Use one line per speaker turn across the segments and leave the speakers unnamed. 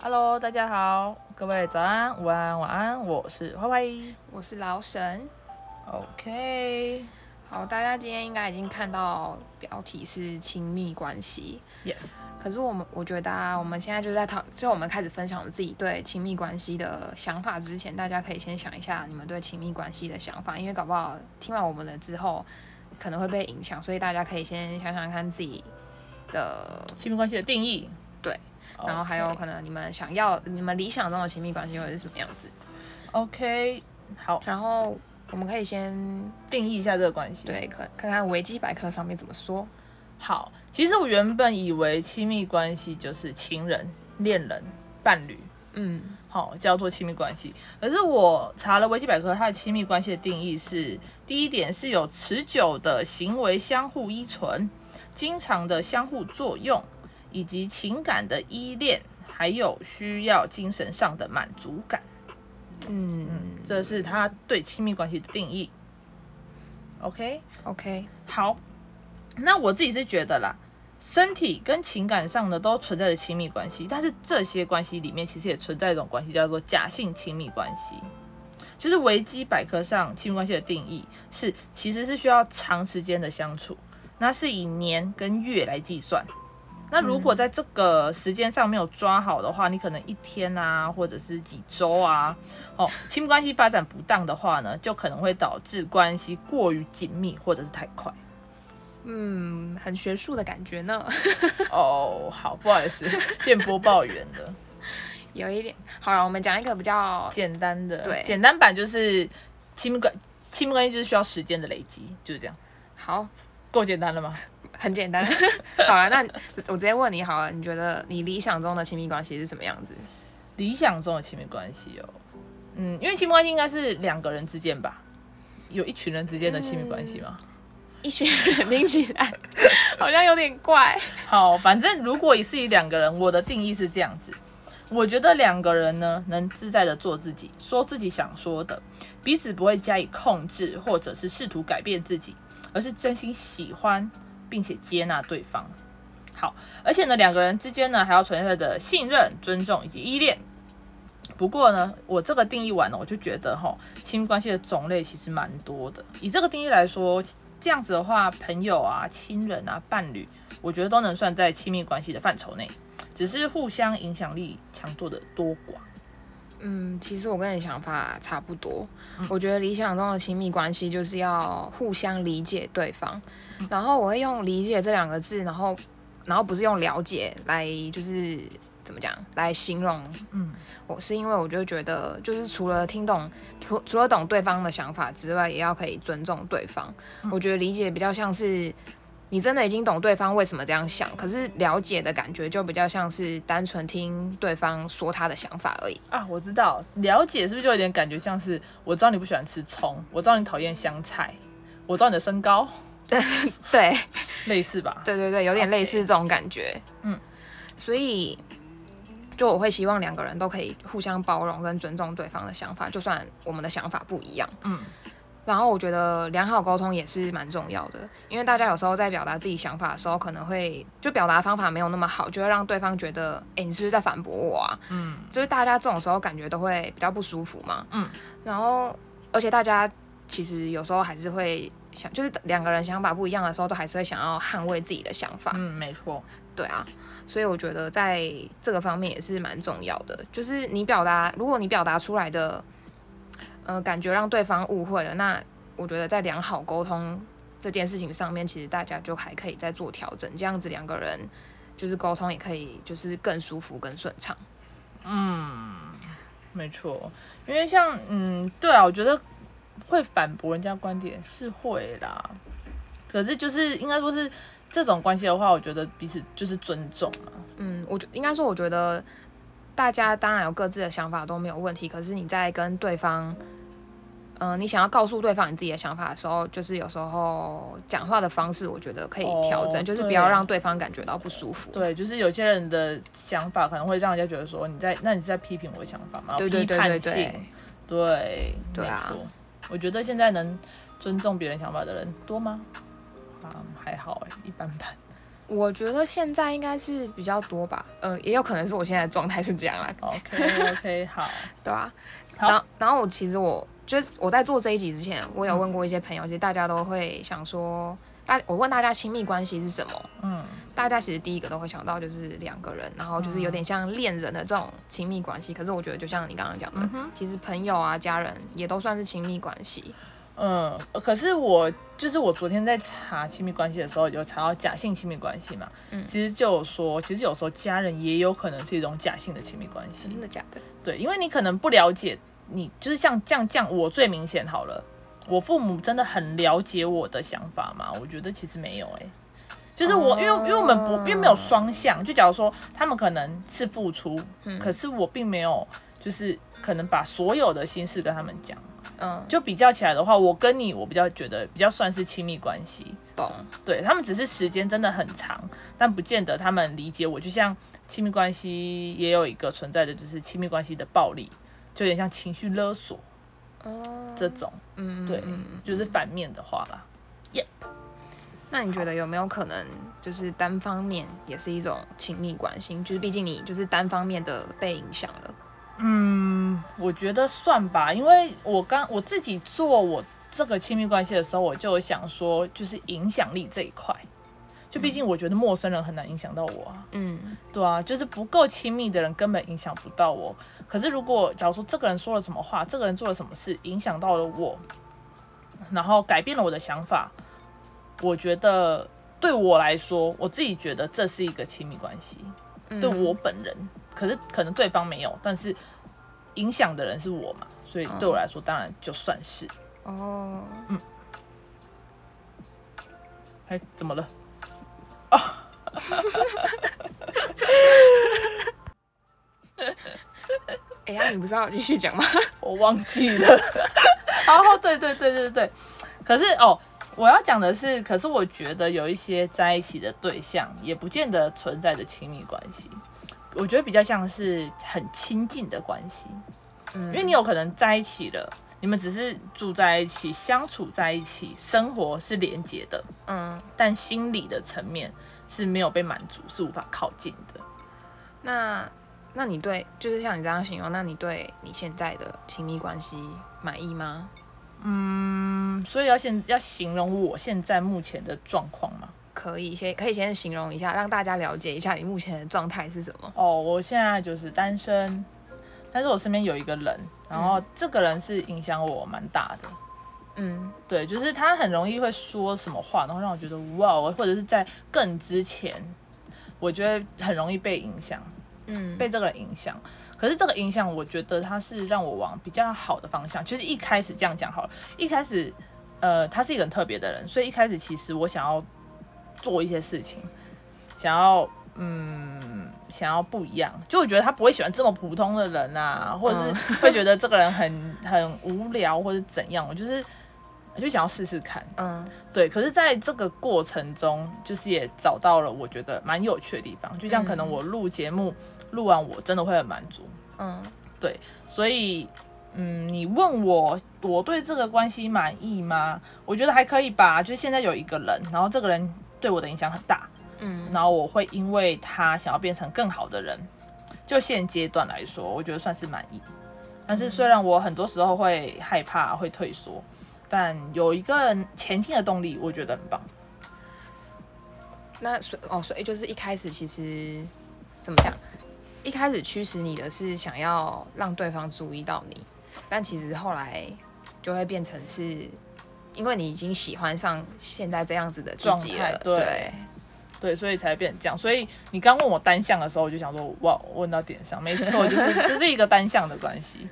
Hello，大家好，各位早安、午安、晚安，我是坏坏。
我是老沈。
OK，Yes，、
好，大家今天应该已经看到标题是亲密关系，可是我们我觉得啊，我们现在就在讨，就我们开始分享我们自己对亲密关系的想法之前，大家可以先想一下你们对亲密关系的想法，因为搞不好听完我们的之后可能会被影响，所以大家可以先想想看自己的
亲密关系的定义。
对，
哦
然后还有可能你们想要、你们理想中的亲密关系会是什么样子，
OK，好，
然后我们可以先
定义一下这个关系。
对，可看看维基百科上面怎么说。
好，其实我原本以为亲密关系就是情人、恋人、伴侣，
嗯，
好、叫做亲密关系。可是我查了维基百科，它的亲密关系的定义是：第一点是有持久的行为相互依存、经常的相互作用，以及情感的依恋，还有需要精神上的满足感。
嗯
这是他对亲密关系的定义。OK，
，OK，
好，那我自己是觉得啦，身体跟情感上的都存在着亲密关系，但是这些关系里面其实也存在一种关系叫做假性亲密关系。就是维基百科上亲密关系的定义是，其实是需要长时间的相处，那是以年跟月来计算。那如果在这个时间上没有抓好的话，你可能一天啊，或者是几周啊，哦，亲密关系发展不当的话呢，就可能会导致关系过于紧密或者是太快。
嗯，很学术的感觉呢，
哦，好，不好意思，电波抱怨的，
有一点。好了，我们讲一个比较，
简单的，
对
简单版就是亲密关亲密关系就是需要时间的累积，就是这样，
好，
够简单了吗？
很简单。 好了，那我直接问你好了，你觉得你理想中的亲密关系是什么样子？
理想中的亲密关系哦，嗯，因为亲密关系应该是两个人之间吧，有一群人之间的亲密关系吗？
一群人听起 来好像有点怪。
好，反正如果是以两个人，我的定义是这样子。我觉得两个人呢，能自在的做自己，说自己想说的，彼此不会加以控制，或者是试图改变自己，而是真心喜欢并且接纳对方。好，而且呢，两个人之间呢，还要存在着信任、尊重以及依恋。不过呢，我这个定义完了，我就觉得哈，亲密关系的种类其实蛮多的。以这个定义来说，这样子的话，朋友啊、亲人啊、伴侣，我觉得都能算在亲密关系的范畴内，只是互相影响力强度的多寡。
嗯，其实我跟你想法差不多。我觉得理想中的亲密关系就是要互相理解对方，然后我会用“理解”这两个字，然后然后不是用“了解”来就是怎么讲来形容。
嗯，
我是因为我就觉得，就是除了听懂除除了懂对方的想法之外，也要可以尊重对方。我觉得理解比较像是。你真的已经懂对方为什么这样想，可是了解的感觉就比较像是单纯听对方说他的想法而已。
啊，我知道，了解是不是就有点感觉像是我知道你不喜欢吃葱，我知道你讨厌香菜，我知道你的身高，
对，
类似吧？
对对对，有点类似这种感觉。
嗯，
所以就我会希望两个人都可以互相包容跟尊重对方的想法，就算我们的想法不一样。
嗯，
然后我觉得良好沟通也是蛮重要的，因为大家有时候在表达自己想法的时候，可能会就表达方法没有那么好，就会让对方觉得，哎，你是不是在反驳我啊？
嗯，
就是大家这种时候感觉都会比较不舒服嘛。
嗯，
然后而且大家其实有时候还是会想，就是两个人想法不一样的时候，都还是会想要捍卫自己的想法。
嗯，没错。
对啊，所以我觉得在这个方面也是蛮重要的，就是你表达，如果你表达出来的，呃，感觉让对方误会了，那我觉得在良好沟通这件事情上面，其实大家就还可以再做调整，这样子两个人就是沟通也可以就是更舒服、更顺畅。
嗯没错，因为像嗯，对啊，我觉得会反驳人家观点是会啦，可是就是应该说是这种关系的话，我觉得彼此就是尊重啊。
嗯，我觉应该说，我觉得大家当然有各自的想法都没有问题，可是你在跟对方，嗯、你想要告诉对方你自己的想法的时候，就是有时候讲话的方式，我觉得可以调整，
哦
就是
对
不要让对方感觉到不舒服。
对，就是有些人的想法可能会让人家觉得说你在，那你是在批评我的想法吗？
对对对对
批判
对
性，对，
对啊
没错。我觉得现欸在能尊重别人想法的人多吗？啊，还好哎、一般般。
我觉得现在应该是比较多吧，呃，也有可能是我现在的状态是这样啦，
OK OK，好，
对吧、
好
然后，然后我其实我就是我在做这一集之前，
嗯
我有问过一些朋友，其实大家都会想说，大我问大家亲密关系是什么，
嗯，
大家其实第一个都会想到就是两个人，然后就是有点像恋人的这种亲密关系。可是我觉得就像你刚刚讲的，其实朋友啊、家人也都算是亲密关系。
嗯，可是我就是我昨天在查亲密关系的时候，有查到假性亲密关系嘛，
嗯
其实就有说，其实有时候家人也有可能是一种假性的亲密关系，
真的假的？
对，因为你可能不了解你，就是像这样这样，我最明显好了，我父母真的很了解我的想法吗？我觉得其实没有哎、就是我，因为因为我们不，因为没有双向，就假如说他们可能是付出，可是我并没有，就是可能把所有的心事跟他们讲。
嗯，
就比较起来的话，我跟你，我比较觉得比较算是亲密关系。
懂。
对他们只是时间真的很长，但不见得他们理解我。就像亲密关系也有一个存在的，就是亲密关系的暴力，就有点像情绪勒索
哦，
这种。
嗯，
对
嗯嗯，
就是反面的话啦。
那你觉得有没有可能就是单方面也是一种亲密关系？就是毕竟你就是单方面的被影响了。
嗯，我觉得算吧，因为我刚我自己做我这个亲密关系的时候，我就有想说，就是影响力这一块。就毕竟我觉得陌生人很难影响到我啊，
嗯
对啊，就是不够亲密的人根本影响不到我。可是如果假如说这个人说了什么话，这个人做了什么事，影响到了我，然后改变了我的想法，我觉得对我来说，我自己觉得这是一个亲密关系，
嗯，
对我本人。可是可能对方没有，但是影响的人是我嘛，所以对我来说当然就算是。
哦，
哎，怎么了？
哎呀，你不是要继续讲吗？
我忘记了。 然后对对对对对，可是哦，我要讲的是，可是我觉得有一些在一起的对象也不见得存在着亲密关系，我觉得比较像是很亲近的关系，
嗯
因为你有可能在一起了。你们只是住在一起、相处在一起，生活是连结的，
嗯，
但心理的层面是没有被满足，是无法靠近的。
那那你对，就是像你这样形容，那你对你现在的亲密关系满意吗？
嗯，所以要现要形容我现在目前的状况吗？
可以先可以先形容一下，让大家了解一下你目前的状态是什么。
哦，我现在就是单身，但是我身边有一个人，然后这个人是影响我蛮大的。
嗯
对，就是他很容易会说什么话，然后让我觉得哇，哦或者是在更之前，我觉得很容易被影响，
嗯，
被这个人影响。可是这个影响，我觉得他是让我往比较好的方向。其实一开始这样讲好了，一开始，呃，他是一个很特别的人，所以一开始其实我想要做一些事情，想要嗯，想要不一样。就我觉得他不会喜欢这么普通的人啊，或者是会觉得这个人很很无聊，或者怎样。我就是我就想要试试看。
嗯
对，可是在这个过程中，就是也找到了我觉得蛮有趣的地方，就像可能我录节目录完，我真的会很满足。
嗯
所以，嗯，你问我我对这个关系满意吗？我觉得还可以吧。就是现在有一个人，然后这个人对我的影响很大，
嗯
然后我会因为他想要变成更好的人，就现阶段来说，我觉得算是满意。但是虽然我很多时候会害怕、会退缩，但有一个前进的动力，我觉得很棒。
那所哦，所以就是一开始其实怎么讲？一开始驱使你的是想要让对方注意到你，但其实后来就会变成是，因为你已经喜欢上现在这样子的自
状
己
态
了，
对
对
对，所以才变成这样。所以你刚问我单向的时候，我就想说，哇，问到点上，没错， 就是就是一个单向的关系。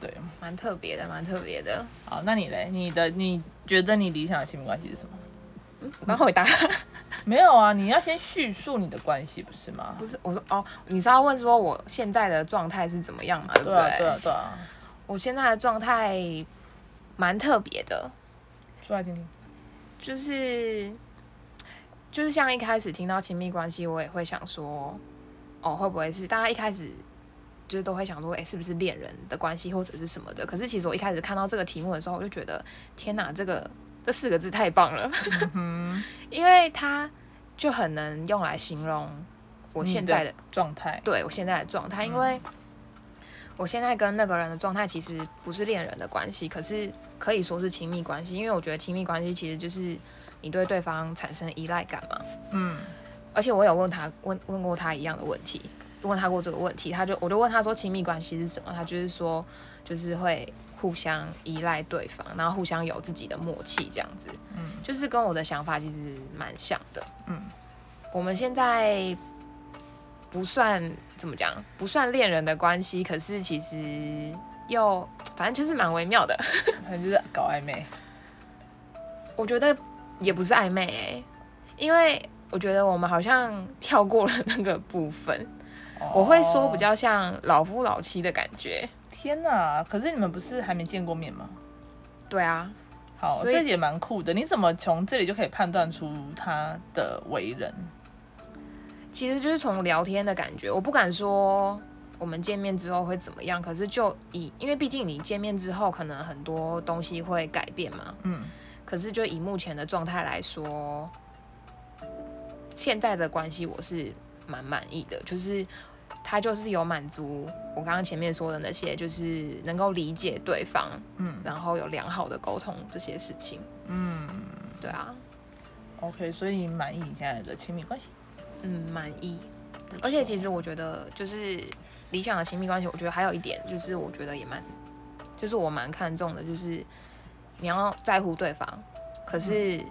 对，
蛮特别的，蛮特别 的。
好，那你嘞？你的你觉得你理想的亲密关系是 什么？
我刚回答
没有啊，你要先叙述你的关系，不是吗？
不是，我说哦，你是要问说我现在的状态是怎么样嘛？对不
对
对？
啊，对啊，对啊，
我现在的状态蛮特别的，
说来听听。
就是就是像一开始听到亲密关系，我也会想说，哦，会不会是大家一开始就是都会想说，哎、是不是恋人的关系或者是什么的？可是其实我一开始看到这个题目的时候，我就觉
嗯
得天哪，这个这四个字太棒了，因为它就很能用来形容我
你
现在的，
状态，
对我现在的状态，因为我现在跟那个人的状态其实不是恋人的关系，可是可以说是亲密关系，因为我觉得亲密关系其实就是你对对方产生依赖感嘛。
嗯，
而且我有问他问问过他一样的问题，问他过这个问题，他就我就问他说亲密关系是什么，他就是说就是会互相依赖对方，然后互相有自己的默契这样子，
嗯，
就是跟我的想法其实蛮像的，
嗯，
我们现在不算怎么讲，不算恋人的关系，可是其实又反正就是蛮微妙的，
他就是搞暧昧，
我觉得也不是暧昧、欸，因为我觉得我们好像跳过了那个部分。我会说
哦
比较像老夫老妻的感觉。
天哪！可是你们不是还没见过面吗？
对啊，
好，
所以
这也蛮酷的。你怎么从这里就可以判断出他的为人？
其实就是从聊天的感觉，我不敢说我们见面之后会怎么样，可是就以因为毕竟你见面之后可能很多东西会改变嘛，
嗯，
可是就以目前的状态来说，现在的关系我是蛮满意的，就是。他就是有满足我刚刚前面说的那些，就是能够理解对方，
嗯
然后有良好的沟通这些事情，嗯，对啊，
OK，所以你满意你现在的亲密关系？
嗯，满意。
不错
而且其实我觉得，就是理想的亲密关系，我觉得还有一点就是，我觉得也蛮，就是我蛮看重的，就是你要在乎对方，可是
嗯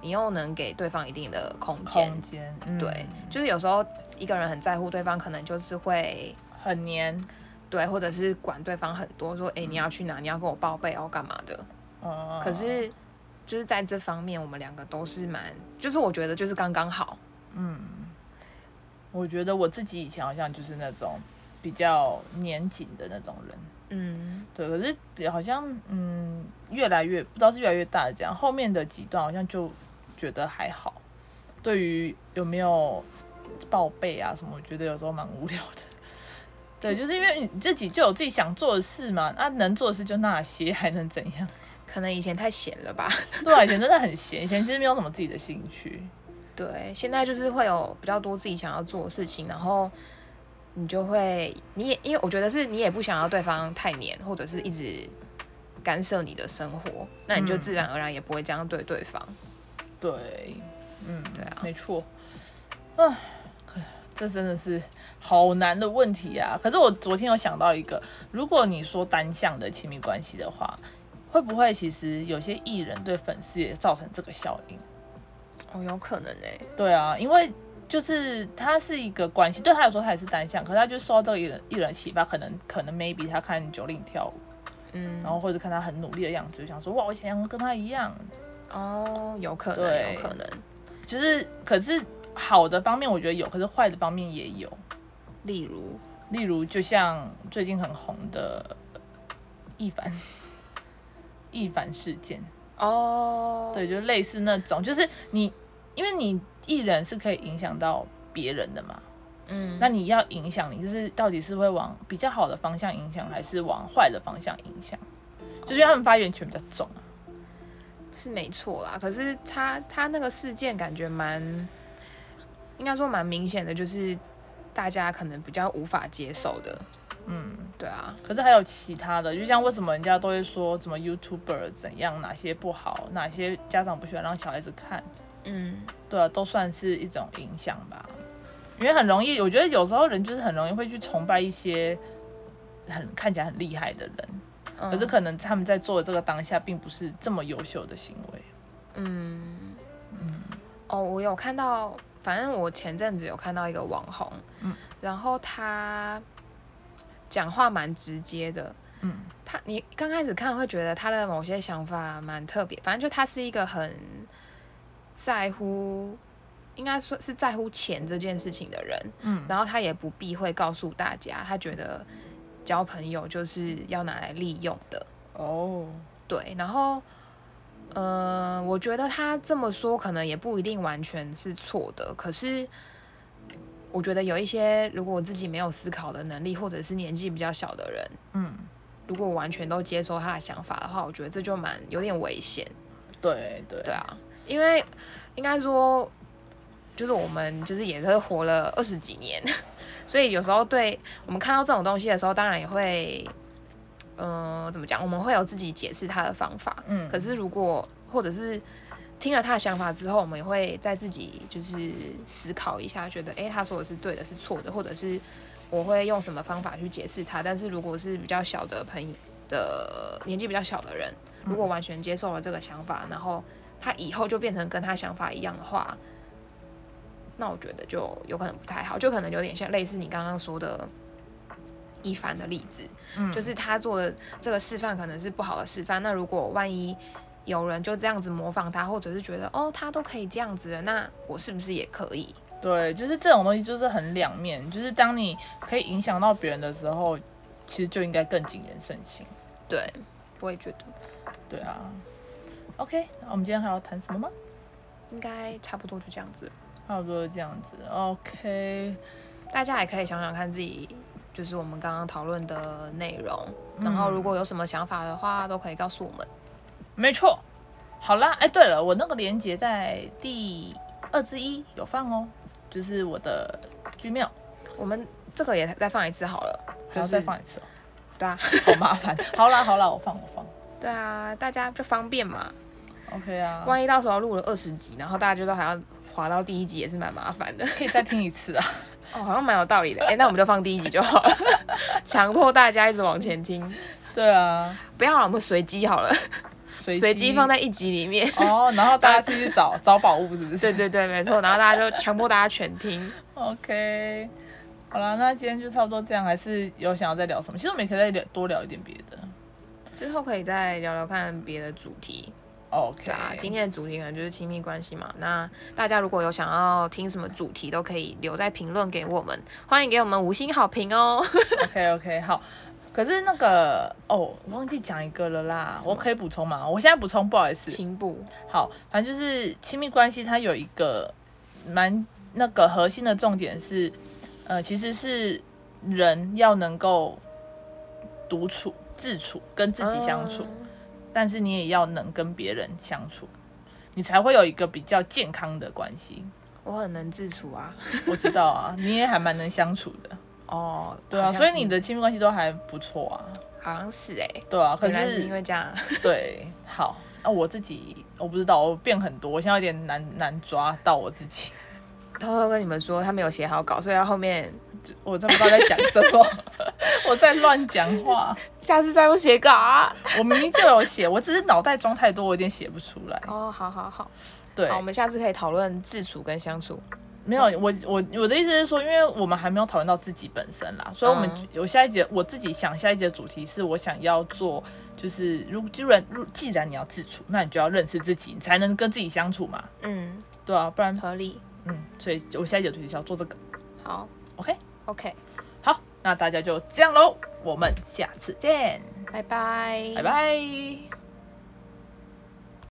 你又能给对方一定的空间。
空间，嗯、
对，就是有时候一个人很在乎对方，可能就是会
很黏，
对，或者是管对方很多，说哎、诶你要去哪，你要跟我报备哦，干嘛的。
呃，
可是就是在这方面，我们两个都是蛮，就是我觉得就是刚刚好。
我觉得我自己以前好像就是那种比较黏紧的那种人，
嗯，
对，可是好像嗯，越来越不知道是越来越大的这样，后面的几段好像就觉得还好。对于有没有报备啊什么，我觉得有时候蛮无聊的。对，就是因为你自己就有自己想做的事嘛，那、能做的事就那些，还能怎样？
可能以前太闲了吧。
对啊，以前真的很闲，以前其实没有什么自己的兴趣。
对，现在就是会有比较多自己想要做的事情，然后你就会，你也因为我觉得是你也不想要对方太黏，或者是一直干涉你的生活，那你就
嗯
自然而然也不会这样对对方。
对，嗯，
对啊
没错。唉，可这真的是好难的问题啊！可是我昨天有想到一个，如果你说单向的亲密关系的话，会不会其实有些艺人对粉丝也造成这个效应？
哦，有可能哎、
对啊，因为就是他是一个关系，对他来说他也是单向，可是他就受到这个艺人艺人启发，可能可能 maybe 他看九令跳舞，
嗯，
然后或者看他很努力的样子，就想说哇，我想要跟他一样，
哦，有可能，
对
有可能。
就是可是好的方面我觉得有，可是坏的方面也有。
例如，
例如，就像最近很红的呃一凡， 一凡事件，
哦，
对，就类似那种，就是你，因为你艺人是可以影响到别人的嘛，
嗯，
那你要影响，你就是到底是会往比较好的方向影响，还是往坏的方向影响？就是因为他们发言权比较重啊，
是没错啦，可是他他那个事件感觉蛮，应该说蛮明显的，就是大家可能比较无法接受的。嗯，对啊，
可是还有其他的，就像为什么人家都会说什么 YouTuber 怎样，哪些不好，哪些家长不喜欢让小孩子看，
嗯，
对啊，都算是一种影响吧。因为很容易，我觉得有时候人就是很容易会去崇拜一些很看起来很厉害的人，可是可能他们在做的这个当下，并不是这么优秀的行为。
嗯，哦，我有看到，反正我前阵子有看到一个网红，
嗯，
然后他讲话蛮直接的，
嗯，
他你刚开始看会觉得他的某些想法蛮特别，反正就他是一个很在乎，应该说是在乎钱这件事情的人，
嗯
然后他也不避讳告诉大家，他觉得交朋友就是要拿来利用的，
哦，
对，然后，呃，我觉得他这么说可能也不一定完全是错的，可是我觉得有一些如果自己没有思考的能力，或者是年纪比较小的人，
嗯，
如果完全都接收他的想法的话，我觉得这就蛮有点危险，
对对
对啊，因为应该说。就是我们就是也是活了二十几年，所以有时候对我们看到这种东西的时候，当然也会，嗯、怎么讲？我们会有自己解释它的方法。
嗯
可是如果或者是听了他的想法之后，我们也会在自己就是思考一下，觉得诶，他说的是对的，是错的，或者是我会用什么方法去解释他。但是如果是比较小的朋友的年纪比较小的人，如
嗯
果完全接受了这个想法，然后他以后就变成跟他想法一样的话，那我觉得就有可能不太好，就可能有点像类似你刚刚说的一凡的例子，
嗯
就是他做的这个示范可能是不好的示范。那如果万一有人就这样子模仿他，或者是觉得哦他都可以这样子了，那我是不是也可以？
对，就是这种东西就是很两面，就是当你可以影响到别人的时候，其实就应该更谨言慎行。
对，我也觉得
对啊，OK，那我们今天还要谈什么吗？
应该差不多就这样子了。
差不多就这样子，OK，
大家也可以想想看自己，就是我们刚刚讨论的内容，然后如果有什么想法的话，都可以告诉我们。
没错。好啦，哎，对了，我那个链接在第二之一有放哦，就是我的 Gmail，
我们这个也再放一次好了，
还
就
要
是
再放一次、哦，
对啊，
好麻烦。好啦好啦，我放我放
对啊，大家就方便嘛。
，OK 啊，
万一到时候录了二十集，然后大家就都还要滑到第一集，也是蛮麻烦的。
可以再听一次啊。
哦，好像蛮有道理的。哎、那我们就放第一集就好 了，强迫大家一直往前听。
对啊，
不要了，我们随机好了，
随
随机放在一集里面。
哦，然后 大家自己去找找宝物是不是？
对对对，没错。然后大家就强迫大家全听。
OK，好啦，那今天就差不多这样，还是有想要再聊什么？其实我们也可以再聊多聊一点别的。
之后可以再聊聊看别的主题。
OK，
对啊，今天的主题可能就是亲密关系嘛。那大家如果有想要听什么主题，都可以留在评论给我们，欢迎给我们五星好评哦。
OK OK 好。可是那个哦，我忘记讲一个了啦，我可以补充吗？我现在补充，不好意思。
情部
好，反正就是亲密关系，它有一个蛮那个核心的重点是，呃，其实是人要能够独处、自处，跟自己相处。
嗯
但是你也要能跟别人相处，你才会有一个比较健康的关系。
我很能自处啊。
我知道 啊，你也还蛮能相处的，
哦，
对啊，
好像
所以你的亲密关系都还不错啊，
好像是哎、
对啊。可
原来是因
是
为这样，
对，好，那、我自己我不知道，我变很多，我现在有点难难抓到我自己，
偷偷跟你们说，他没有写好稿，所以他后面
就我真不知道在讲什么， 我在乱讲话，
下次再不写稿啊。
我明明就有写，我只是脑袋装太多，我有点写不出来。
哦，好好好，
对，
好，我们下次可以讨论自处跟相处。
没有，我我我的意思是说，因为我们还没有讨论到自己本身啦，所以我们、
嗯
我下一节我自己想下一节的主题是我想要做，就是如既然如既然你要自处，那你就要认识自己，你才能跟自己相处嘛，
嗯，
对啊，不然
合理。
嗯，所以我下一节的主题是要做这个
好
，OK，
，OK，
好，那大家就这样喽，我们下次见，
拜拜，
拜拜。